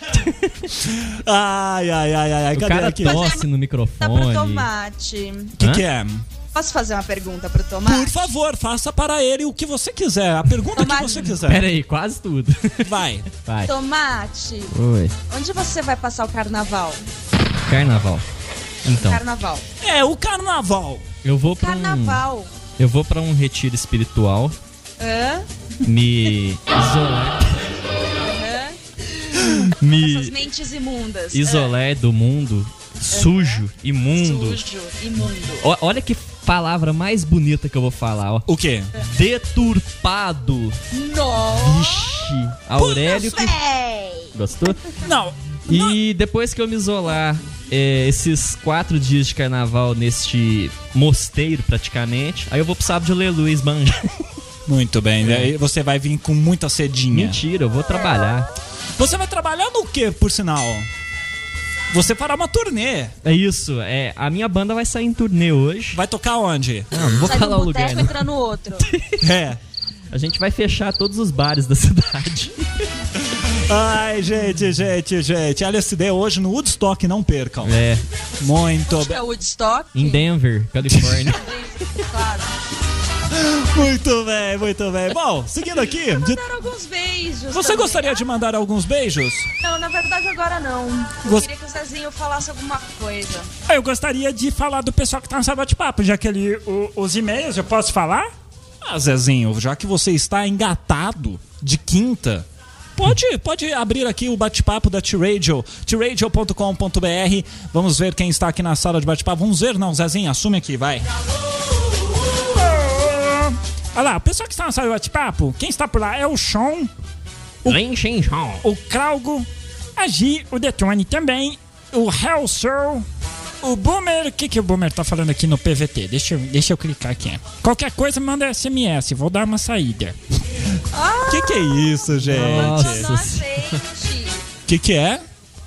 [SPEAKER 1] Ai, ai, ai, ai, ai,
[SPEAKER 5] O
[SPEAKER 1] cadê
[SPEAKER 5] cara
[SPEAKER 1] aqui? O
[SPEAKER 5] tosse no
[SPEAKER 4] Tá pro
[SPEAKER 5] microfone.
[SPEAKER 4] tomate.
[SPEAKER 1] que,
[SPEAKER 5] Hã?
[SPEAKER 1] que é?
[SPEAKER 4] Posso fazer uma pergunta pro tomate?
[SPEAKER 1] Por favor, faça para ele o que você quiser, a pergunta que
[SPEAKER 4] Tomate.
[SPEAKER 1] você quiser.
[SPEAKER 5] *laughs* Pera aí, quase tudo.
[SPEAKER 1] Vai.
[SPEAKER 5] Vai.
[SPEAKER 4] Tomate,
[SPEAKER 5] Oi.
[SPEAKER 4] onde você vai passar o carnaval?
[SPEAKER 5] Carnaval. Então,
[SPEAKER 4] Carnaval.
[SPEAKER 1] É o carnaval.
[SPEAKER 5] eu vou pra um,
[SPEAKER 4] Carnaval.
[SPEAKER 1] Hum.
[SPEAKER 5] eu vou para um retiro espiritual,
[SPEAKER 4] Hã?
[SPEAKER 5] me isolar,
[SPEAKER 4] Hã? Essas
[SPEAKER 5] me
[SPEAKER 4] mentes imundas.
[SPEAKER 5] isolar do mundo sujo,
[SPEAKER 4] Hã?
[SPEAKER 5] imundo.
[SPEAKER 4] Sujo, imundo.
[SPEAKER 5] O- olha que palavra mais bonita que eu vou falar, ó.
[SPEAKER 1] O quê?
[SPEAKER 5] Deturpado.
[SPEAKER 4] É. Nossa.
[SPEAKER 5] Ixi, Aurélio que
[SPEAKER 4] Véi.
[SPEAKER 5] gostou?
[SPEAKER 2] Não,
[SPEAKER 5] E depois que eu me isolar é, esses quatro dias de carnaval neste mosteiro, praticamente, aí eu vou pro sábado de Leluz, manja.
[SPEAKER 1] Muito bem, daí você vai vir com muita cedinha.
[SPEAKER 5] Mentira, eu vou trabalhar.
[SPEAKER 1] Você vai trabalhar no quê, por sinal? Você fará uma turnê.
[SPEAKER 5] É isso, é. A minha banda vai sair em turnê hoje.
[SPEAKER 1] Vai tocar onde?
[SPEAKER 5] Não, não vou
[SPEAKER 4] Sai de
[SPEAKER 5] falar o
[SPEAKER 4] um
[SPEAKER 5] lugar,
[SPEAKER 4] boteco,
[SPEAKER 1] né?
[SPEAKER 5] não.
[SPEAKER 4] entra
[SPEAKER 1] *laughs*
[SPEAKER 4] no outro.
[SPEAKER 1] É.
[SPEAKER 5] A gente vai fechar todos os bares da *laughs* cidade.
[SPEAKER 1] Ai, gente, gente, gente. LSD hoje no Woodstock, não percam.
[SPEAKER 5] É,
[SPEAKER 1] Muito
[SPEAKER 4] É
[SPEAKER 1] bem.
[SPEAKER 4] o Woodstock.
[SPEAKER 5] em Denver, *laughs* Califórnia.
[SPEAKER 4] Claro.
[SPEAKER 1] Muito bem, muito bem. Bom, seguindo aqui. de-
[SPEAKER 4] Mandaram alguns beijos.
[SPEAKER 1] Você
[SPEAKER 4] também.
[SPEAKER 1] gostaria de mandar alguns beijos?
[SPEAKER 4] Não, na verdade agora não. Eu
[SPEAKER 1] Gost-
[SPEAKER 4] queria que o Zezinho falasse alguma coisa.
[SPEAKER 2] Ah, eu gostaria de falar do pessoal que tá no seu bate-papo, já que ele. o- os e-mails, eu posso falar?
[SPEAKER 1] Ah, Zezinho, já que você está engatado de quinta, pode, pode abrir aqui o bate-papo da T-Radio, t-radio.com.br. Vamos ver quem está aqui na sala de bate-papo. Vamos ver, não, Zezinho, assume aqui, vai.
[SPEAKER 2] Olha lá, o pessoal que está na sala do bate-papo, quem está por lá é o Sean, o, o Claugo, a Gi, o Detone também, o Hellsoul, o Boomer. O que, que o Boomer tá falando aqui no PVT? Deixa eu, deixa eu clicar aqui. Qualquer coisa, manda SMS, vou dar uma saída.
[SPEAKER 4] Ah,
[SPEAKER 1] Que que é isso, gente?
[SPEAKER 4] Nossa, gente.
[SPEAKER 1] Que que é?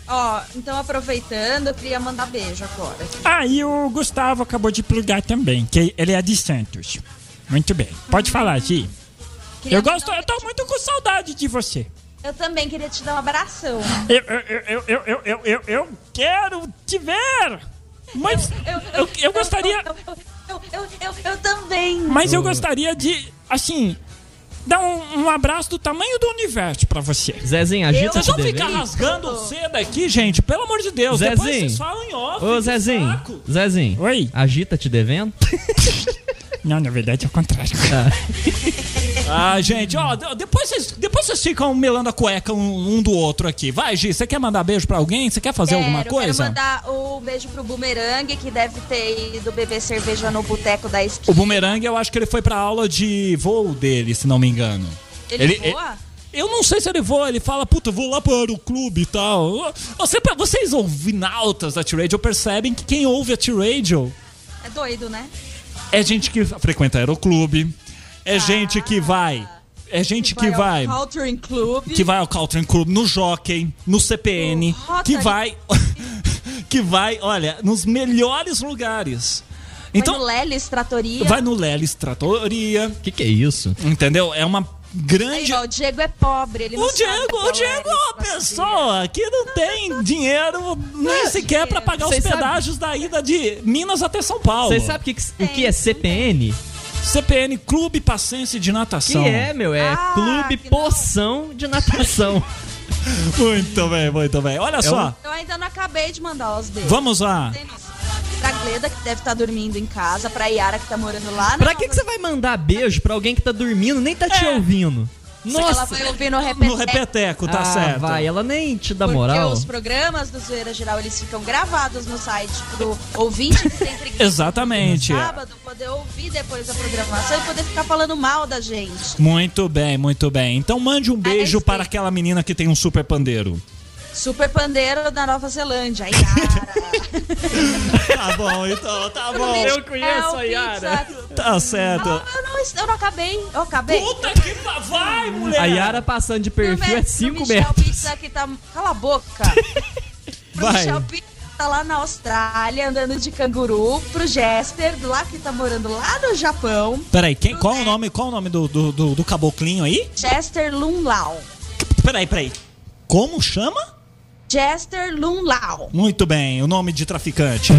[SPEAKER 4] Ó, então aproveitando, eu queria mandar beijo agora.
[SPEAKER 2] Ah, e o Gustavo acabou de plugar também, que ele é de Santos. Muito bem. Pode falar, Gi.
[SPEAKER 4] Queria
[SPEAKER 2] Eu gosto,
[SPEAKER 4] mandar-
[SPEAKER 2] eu tô muito com saudade de você.
[SPEAKER 4] Eu também queria te dar um abração.
[SPEAKER 2] Eu, eu, eu, eu, eu, eu, eu, eu quero te ver! Mas eu, eu, gostaria.
[SPEAKER 4] Eu, eu, eu, eu, eu- eu também.
[SPEAKER 2] Mas
[SPEAKER 5] Hum.
[SPEAKER 2] eu gostaria de, assim, dar um, um abraço do tamanho do universo pra você.
[SPEAKER 5] Zezinho, agita
[SPEAKER 2] Vocês
[SPEAKER 5] esse
[SPEAKER 2] vão
[SPEAKER 5] dever.
[SPEAKER 2] ficar rasgando cedo aqui, gente? Pelo amor de Deus, depois
[SPEAKER 5] Zezinho.
[SPEAKER 2] vocês falam em off.
[SPEAKER 5] Ô,
[SPEAKER 2] que
[SPEAKER 5] Zezinho,
[SPEAKER 2] saco.
[SPEAKER 5] Zezinho.
[SPEAKER 2] Oi?
[SPEAKER 5] Agita te devendo?
[SPEAKER 2] Não, na verdade é o contrário.
[SPEAKER 1] Ah, gente, ó, de- depois vocês, depois vocês ficam melando a cueca um, um do outro aqui. Vai, Gi, você quer mandar beijo pra alguém? Você quer fazer
[SPEAKER 4] Quero,
[SPEAKER 1] alguma
[SPEAKER 4] Quero
[SPEAKER 1] coisa?
[SPEAKER 4] mandar um beijo pro Boomerang, que deve ter ido beber cerveja no boteco da esquina.
[SPEAKER 1] O bumerangue, eu acho que ele foi pra aula de voo dele, se não me engano.
[SPEAKER 4] Ele,
[SPEAKER 1] ele-
[SPEAKER 4] voa?
[SPEAKER 1] Eu não sei se ele voa, ele fala, puta, eu vou lá para o clube e tal. Você, vocês ouvinautas da T-Radio percebem que quem ouve a T-Radio
[SPEAKER 4] É doido, né?
[SPEAKER 1] é gente que frequenta aeroclube, é gente que vai, é gente que vai,
[SPEAKER 4] Ah. ao Tipo, Culturing Club.
[SPEAKER 1] que vai ao Country Club, no Jockey, no CPN,
[SPEAKER 4] No
[SPEAKER 1] que
[SPEAKER 4] Rotary.
[SPEAKER 1] vai, *laughs* que vai, olha, nos melhores lugares.
[SPEAKER 4] Então,
[SPEAKER 1] Então,
[SPEAKER 4] no Lelis Tratoria.
[SPEAKER 1] vai no Lelis Tratoria,
[SPEAKER 5] *laughs* Que que é isso?
[SPEAKER 1] entendeu? É uma
[SPEAKER 4] Aí,
[SPEAKER 1] grande...
[SPEAKER 4] ó, o Diego é pobre, ele não
[SPEAKER 1] O
[SPEAKER 4] sabe
[SPEAKER 1] Diego,
[SPEAKER 4] qual
[SPEAKER 1] o Diego é uma
[SPEAKER 4] Lelis
[SPEAKER 1] pessoa que é. não é. tem dinheiro nem sequer pra pagar os
[SPEAKER 5] Vocês sabem-
[SPEAKER 1] pedágios da ida de Minas até São Paulo.
[SPEAKER 5] Vocês sabem o que, que- o que é CPN?
[SPEAKER 1] CPN Clube Passense de
[SPEAKER 5] Que
[SPEAKER 1] Natação.
[SPEAKER 5] é, meu? É
[SPEAKER 4] Ah,
[SPEAKER 5] Clube
[SPEAKER 4] que
[SPEAKER 5] Poção de
[SPEAKER 4] *laughs*
[SPEAKER 5] Natação.
[SPEAKER 1] Muito bem, muito bem. Olha só,
[SPEAKER 4] Eu ainda não acabei de mandar os dedos.
[SPEAKER 1] vamos lá.
[SPEAKER 4] Pra Gleda, que deve estar dormindo em casa, pra Yara, que tá morando lá. na
[SPEAKER 5] Pra que,
[SPEAKER 4] Nova-
[SPEAKER 5] que você vai mandar beijo pra alguém que tá dormindo nem tá te ouvindo?
[SPEAKER 4] É. Ela
[SPEAKER 5] Nossa!
[SPEAKER 4] foi ouvir no repeteco.
[SPEAKER 1] No repeteco, tá
[SPEAKER 5] ah,
[SPEAKER 1] certo.
[SPEAKER 5] vai, ela nem te dá
[SPEAKER 4] Porque
[SPEAKER 5] moral.
[SPEAKER 4] os programas do Zoeira Geral, eles ficam gravados no site pro ouvinte que tem preguiça
[SPEAKER 1] Exatamente. *laughs*
[SPEAKER 4] no sábado, poder ouvir depois a programação e poder ficar falando mal da gente.
[SPEAKER 1] Muito bem, muito bem. Então mande um beijo
[SPEAKER 4] esse-
[SPEAKER 1] para aquela menina que tem um super pandeiro.
[SPEAKER 4] Super pandeiro da Nova Zelândia, a Yara.
[SPEAKER 1] Tá bom, então, tá bom.
[SPEAKER 5] Eu conheço a Yara.
[SPEAKER 1] Tá certo.
[SPEAKER 4] Eu não, eu não acabei, eu acabei.
[SPEAKER 1] Puta que pa- vai, mulher.
[SPEAKER 5] A Yara passando de
[SPEAKER 4] Pro
[SPEAKER 5] perfil
[SPEAKER 4] Mel-
[SPEAKER 5] é
[SPEAKER 4] pro
[SPEAKER 5] 5
[SPEAKER 4] Michel
[SPEAKER 5] metros.
[SPEAKER 4] Pizza que tá... Cala a boca. pro
[SPEAKER 1] Vai.
[SPEAKER 4] Michel Pizza que tá lá na Austrália, andando de canguru. Pro Jester, lá que tá morando lá no Japão.
[SPEAKER 1] Peraí, quem, qual o nome, qual o nome do, do, do, do caboclinho aí?
[SPEAKER 4] Jester Lunlau.
[SPEAKER 1] Peraí, peraí. Como chama?
[SPEAKER 4] Jester Lunlau.
[SPEAKER 1] Muito bem, o nome de traficante.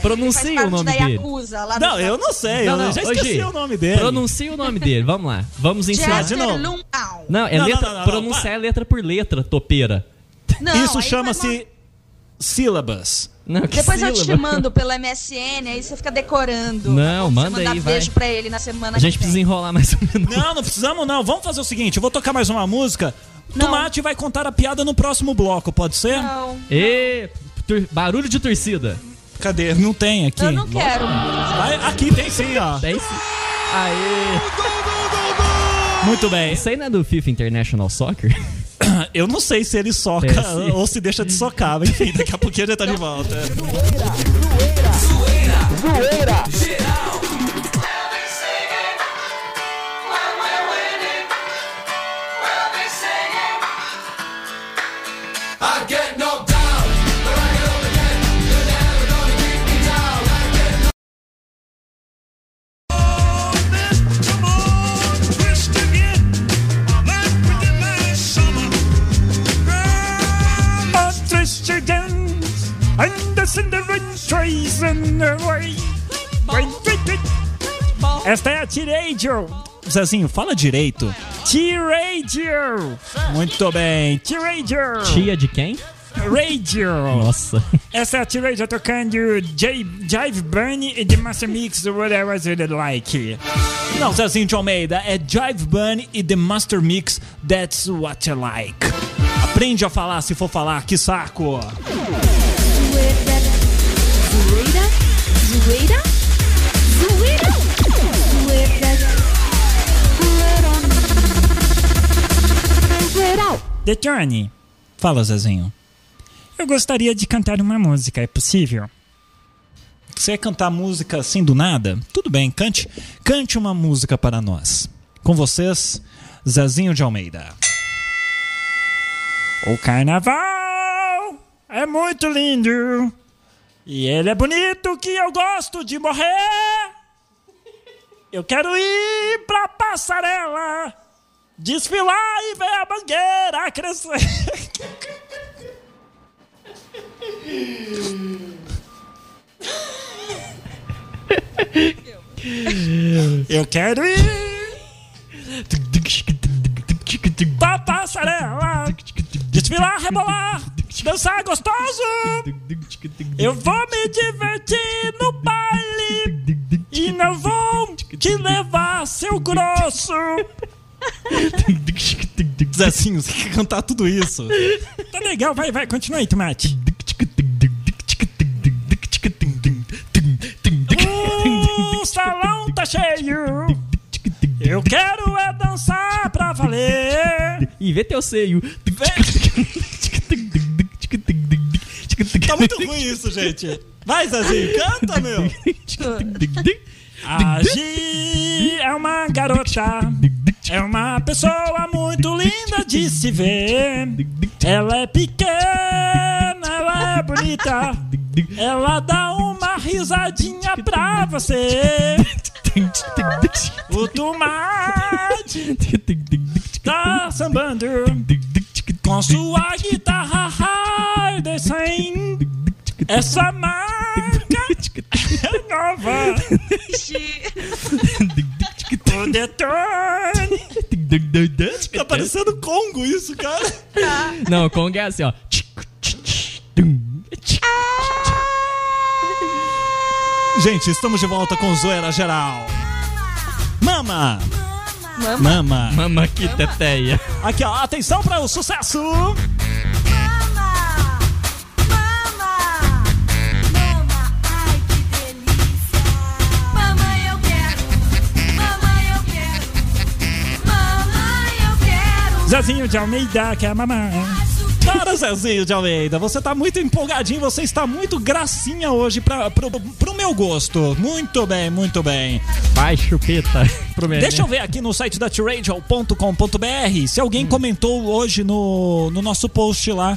[SPEAKER 5] Pronuncia o nome
[SPEAKER 4] da
[SPEAKER 5] dele.
[SPEAKER 4] Yakuza, lá no
[SPEAKER 1] Não, eu não sei,
[SPEAKER 5] Não, não,
[SPEAKER 1] eu já
[SPEAKER 5] ô,
[SPEAKER 1] esqueci
[SPEAKER 5] Gi,
[SPEAKER 1] o nome dele.
[SPEAKER 5] Pronuncia o nome dele, vamos lá. Vamos ensinar.
[SPEAKER 1] de
[SPEAKER 4] Jester
[SPEAKER 1] novo.
[SPEAKER 4] Lunlau.
[SPEAKER 5] é Não, é
[SPEAKER 1] Não, não,
[SPEAKER 5] letra.
[SPEAKER 1] não, não, não,
[SPEAKER 5] pronunciar
[SPEAKER 1] para.
[SPEAKER 5] é letra por letra, topeira.
[SPEAKER 4] Não,
[SPEAKER 1] Isso
[SPEAKER 4] aí vai
[SPEAKER 1] chama-se sílabas.
[SPEAKER 5] Não, que
[SPEAKER 4] Depois eu te
[SPEAKER 5] sílaba.
[SPEAKER 4] mando pelo MSN, aí você fica decorando.
[SPEAKER 5] Não,
[SPEAKER 4] Você
[SPEAKER 5] manda
[SPEAKER 4] mandar
[SPEAKER 5] aí, vai.
[SPEAKER 4] beijo pra ele na semana
[SPEAKER 5] A gente
[SPEAKER 4] que vem.
[SPEAKER 5] precisa enrolar mais um minuto.
[SPEAKER 1] Não, não precisamos não. Vamos fazer o seguinte, eu vou tocar mais uma música.
[SPEAKER 4] Não.
[SPEAKER 1] Tomate vai contar a piada no próximo bloco, pode ser?
[SPEAKER 4] Não,
[SPEAKER 5] Ê, tur- barulho de torcida.
[SPEAKER 1] Cadê? Não tem aqui.
[SPEAKER 4] eu não quero.
[SPEAKER 1] Vai- aqui tem sim, ó.
[SPEAKER 5] É isso. Aê!
[SPEAKER 1] Muito bem.
[SPEAKER 5] Isso aí não é do FIFA International Soccer?
[SPEAKER 1] Eu não sei se ele soca
[SPEAKER 5] Desce.
[SPEAKER 1] ou se deixa de socar, mas enfim, daqui a pouquinho ele tá de volta.
[SPEAKER 2] Ostrich dance and the Cinderella trees in the way. Esta é a T-Radio.
[SPEAKER 1] Zezinho, fala direito.
[SPEAKER 2] T-Radio.
[SPEAKER 1] Muito bem.
[SPEAKER 2] T-Radio.
[SPEAKER 5] Tia de quem?
[SPEAKER 2] Radio.
[SPEAKER 5] Nossa.
[SPEAKER 2] Essa é a T-Radio tocando J- Jive Bunny e The Master Mix What I Was Really Like.
[SPEAKER 1] Não, Zezinho de Almeida é Jive Bunny e The Master Mix That's What I Like. Aprende a falar se for falar, que saco!
[SPEAKER 3] Zoeira, zoeira, zoeira, zoeira,
[SPEAKER 2] The Johnny. Fala, Zezinho. Eu gostaria de cantar uma música, é possível?
[SPEAKER 1] Você quer cantar música assim do nada? Tudo bem, cante, cante uma música para nós. Com vocês, Zezinho de Almeida.
[SPEAKER 2] O carnaval é muito lindo. E ele é bonito que eu gosto de morrer. Eu quero ir pra passarela, desfilar e ver a mangueira crescer. Eu quero ir pra passarela, desfilar, rebolar, dançar gostoso. Eu vou me divertir no baile e não vou te levar, seu grosso.
[SPEAKER 1] Zezinho, você quer cantar tudo isso?
[SPEAKER 2] Tá legal, vai, vai, continua aí, Tomate. O salão tá cheio. Eu quero é dançar pra valer.
[SPEAKER 5] E vê teu seio.
[SPEAKER 1] Tá muito ruim isso, gente. Vai, Zezinho,
[SPEAKER 2] tá,
[SPEAKER 1] canta, meu.
[SPEAKER 2] A Gi é uma garota. É uma pessoa muito linda de se ver. Ela é pequena, ela é bonita. Ela dá uma risadinha pra você. O tomate tá sambando com sua guitarra
[SPEAKER 5] É
[SPEAKER 2] Hardessin. Essa marca é nova. O Detone
[SPEAKER 1] Tá parecendo Congo isso, cara.
[SPEAKER 5] Não, o Kong é assim, ó.
[SPEAKER 1] Gente, estamos de volta com Zoeira Geral. Mama!
[SPEAKER 4] Mama,
[SPEAKER 1] Mama!
[SPEAKER 5] Mama que teteia.
[SPEAKER 1] Aqui, ó, atenção para o sucesso!
[SPEAKER 3] mama, mama, mama, ai que delícia! Mamãe eu quero, mamãe eu quero, mamãe eu quero.
[SPEAKER 2] Zezinho de Almeida, que é a mamãe.
[SPEAKER 1] Para, Zezinho de Almeida, você tá muito empolgadinho, você está muito gracinha hoje pra, pro, pro meu gosto. Muito bem, muito bem.
[SPEAKER 5] Vai, chupeta. Pro menino.
[SPEAKER 1] Deixa eu ver aqui no site da tradio.com.br se alguém comentou hoje no, no nosso post lá.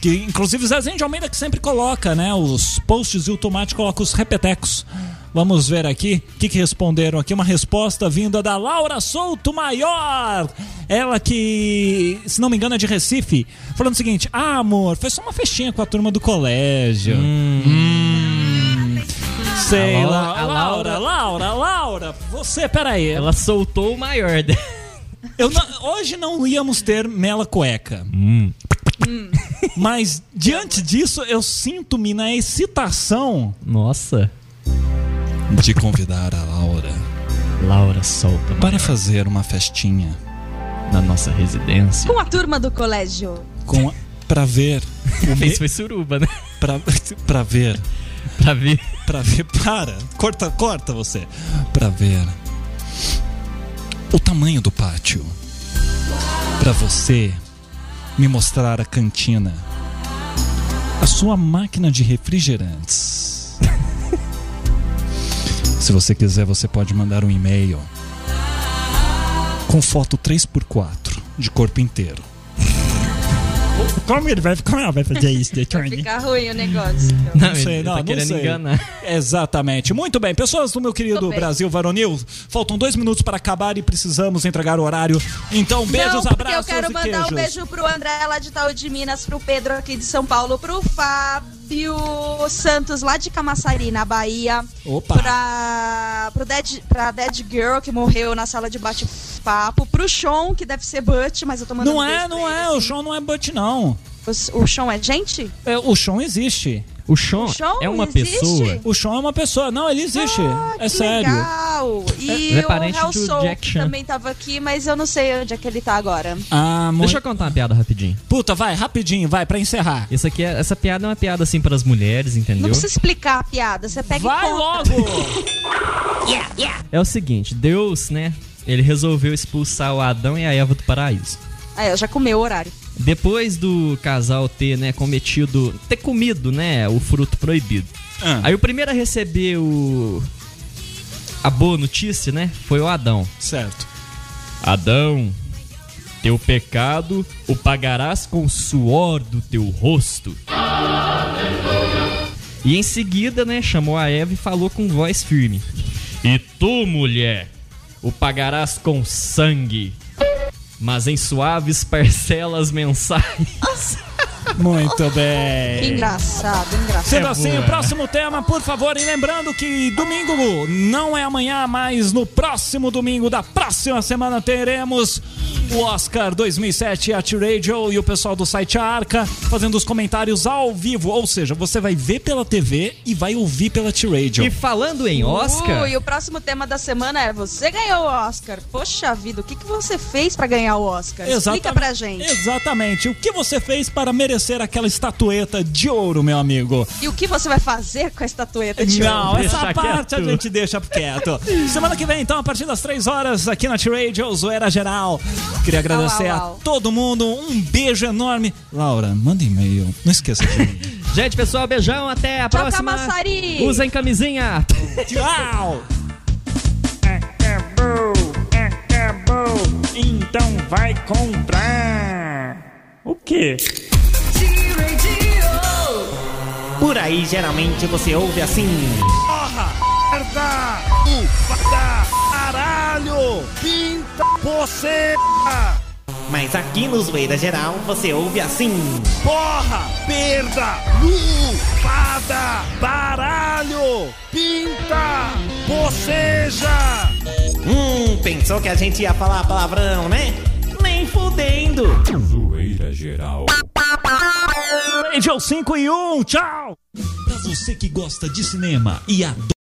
[SPEAKER 1] Que, inclusive, o Zezinho de Almeida que sempre coloca, né? Os posts e o Tomate coloca os repetecos. Vamos ver aqui o que, que responderam aqui. Uma resposta vinda da Laura Souto Maior. Ela que, se não me engano, é de Recife. Falando o seguinte: Ah, amor, foi só uma festinha com a turma do colégio. Hum. Sei
[SPEAKER 5] A Laura-
[SPEAKER 1] lá.
[SPEAKER 5] a
[SPEAKER 1] Laura, Laura, Laura, você, peraí.
[SPEAKER 5] Ela soltou o maior dela.
[SPEAKER 1] Eu não- hoje não íamos ter mela cueca. Mas diante disso, eu sinto-me na excitação
[SPEAKER 5] Nossa.
[SPEAKER 1] de convidar a Laura
[SPEAKER 5] Laura solta
[SPEAKER 1] para fazer uma festinha
[SPEAKER 5] na nossa residência.
[SPEAKER 4] com a turma do colégio.
[SPEAKER 1] com para ver o me-
[SPEAKER 5] Isso foi suruba, né? *laughs*
[SPEAKER 1] pra- *laughs* pra ver
[SPEAKER 5] Pra ver.
[SPEAKER 1] Pra ver. Para! Corta, corta você! Pra ver. O tamanho do pátio. Pra você me mostrar a cantina. A sua máquina de refrigerantes. *laughs* Se você quiser, você pode mandar um e-mail com foto 3x4 de corpo inteiro.
[SPEAKER 2] Como ele vai, como ela vai fazer isso, The Johnny?
[SPEAKER 4] Fica ruim o negócio. então.
[SPEAKER 5] Não,
[SPEAKER 1] sei,
[SPEAKER 5] ele
[SPEAKER 1] não,
[SPEAKER 5] tá
[SPEAKER 1] não
[SPEAKER 5] querendo
[SPEAKER 1] sei.
[SPEAKER 5] enganar.
[SPEAKER 1] Exatamente. Muito bem, pessoas do meu
[SPEAKER 4] Tô
[SPEAKER 1] querido
[SPEAKER 4] bem.
[SPEAKER 1] Brasil varonil, faltam dois minutos para acabar e precisamos entregar o horário. Então, beijos,
[SPEAKER 4] não, porque eu
[SPEAKER 1] abraços
[SPEAKER 4] quero
[SPEAKER 1] e
[SPEAKER 4] mandar
[SPEAKER 1] queijos.
[SPEAKER 4] um beijo pro André lá de Tal de Minas, pro Pedro aqui de São Paulo, pro Fábio Santos lá de Camaçari, na Bahia.
[SPEAKER 1] Opa.
[SPEAKER 4] Pra, pro Dead, pra Dead Girl, que morreu na sala de bate-papo. Pro Sean, que deve ser Butch, mas eu tô mandando
[SPEAKER 1] Não
[SPEAKER 4] um
[SPEAKER 1] é,
[SPEAKER 4] beijo
[SPEAKER 1] não
[SPEAKER 4] pra
[SPEAKER 1] é,
[SPEAKER 4] ele.
[SPEAKER 1] o chão não é but não.
[SPEAKER 4] O, o Sean é gente?
[SPEAKER 1] É, o chão existe.
[SPEAKER 5] O Sean,
[SPEAKER 4] Sean
[SPEAKER 5] é uma
[SPEAKER 4] existe?
[SPEAKER 5] pessoa.
[SPEAKER 1] O chão é uma pessoa, não, ele existe.
[SPEAKER 4] Ah,
[SPEAKER 1] é
[SPEAKER 4] que
[SPEAKER 1] sério.
[SPEAKER 4] legal. E
[SPEAKER 5] Ele é
[SPEAKER 4] o
[SPEAKER 5] parente
[SPEAKER 4] Hell
[SPEAKER 5] do
[SPEAKER 4] Soul
[SPEAKER 5] Jack
[SPEAKER 4] que
[SPEAKER 5] Chan.
[SPEAKER 4] também tava aqui, mas eu não sei onde é que ele tá agora.
[SPEAKER 1] Ah, muito...
[SPEAKER 5] Deixa eu contar uma piada rapidinho.
[SPEAKER 1] Puta, vai, rapidinho, vai pra encerrar.
[SPEAKER 5] Isso aqui é- essa piada é uma piada assim para as mulheres, entendeu?
[SPEAKER 4] Não precisa explicar a piada, você pega e
[SPEAKER 1] Vai
[SPEAKER 4] conta.
[SPEAKER 1] logo.
[SPEAKER 5] É o seguinte, Deus, né? Ele resolveu expulsar o Adão e a Eva do paraíso.
[SPEAKER 4] Ah, eu já comeu o horário.
[SPEAKER 5] Depois do casal ter, né, cometido. ter comido, né, o fruto proibido.
[SPEAKER 1] Ah.
[SPEAKER 5] Aí o primeiro a receber o. a boa notícia, né? Foi o Adão.
[SPEAKER 1] Certo.
[SPEAKER 5] Adão, teu pecado o pagarás com o suor do teu rosto. E em seguida, né, chamou a Eva e falou com voz firme: E tu, mulher, o pagarás com sangue, mas em suaves parcelas mensais.
[SPEAKER 1] *laughs* Muito bem.
[SPEAKER 4] Que engraçado, engraçado.
[SPEAKER 1] Sendo assim, o próximo tema, por favor. E lembrando que domingo não é amanhã, mas no próximo domingo da próxima semana teremos o Oscar 2007 at Radio e o pessoal do site Arca fazendo os comentários ao vivo. Ou seja, você vai ver pela TV e vai ouvir pela T-Radio.
[SPEAKER 5] E falando em Oscar,
[SPEAKER 4] Uh, e o próximo tema da semana é você ganhou o Oscar. Poxa vida, o que, que você fez pra ganhar o Oscar? Explica pra gente.
[SPEAKER 1] Exatamente. O que você fez para merecer aquela estatueta de ouro, meu amigo?
[SPEAKER 4] E o que você vai fazer com a estatueta de
[SPEAKER 1] Não,
[SPEAKER 4] ouro?
[SPEAKER 1] essa
[SPEAKER 5] Deixa
[SPEAKER 1] parte
[SPEAKER 5] quieto.
[SPEAKER 1] a gente deixa quieto. Semana que vem, então, a partir das 3 horas, aqui na T-Radio, Zoeira Geral. Queria agradecer
[SPEAKER 4] Au, au,
[SPEAKER 1] a
[SPEAKER 4] au.
[SPEAKER 1] todo mundo, um beijo enorme. Laura, manda e-mail, não esqueça de mim.
[SPEAKER 5] gente, pessoal, beijão, até a
[SPEAKER 4] Tchau,
[SPEAKER 5] próxima.
[SPEAKER 4] Camaçari.
[SPEAKER 5] Usem camisinha.
[SPEAKER 1] Tchau!
[SPEAKER 2] É, Acabou, acabou. é, Então vai comprar. O quê?
[SPEAKER 11] Por aí geralmente você ouve assim.
[SPEAKER 2] Porra! Merda! Ufada! Caralho! Pinta! Você!
[SPEAKER 11] Mas aqui no Zoeira Geral você ouve assim.
[SPEAKER 2] Porra! Perda! Ufada! Baralho! Pinta! Boceja!
[SPEAKER 11] Tá, Hum, pensou que a gente ia falar palavrão, né? Nem fudendo!
[SPEAKER 8] Zoeira geral.
[SPEAKER 1] Radio 5 e 1, tchau! Pra você que gosta de cinema e adora.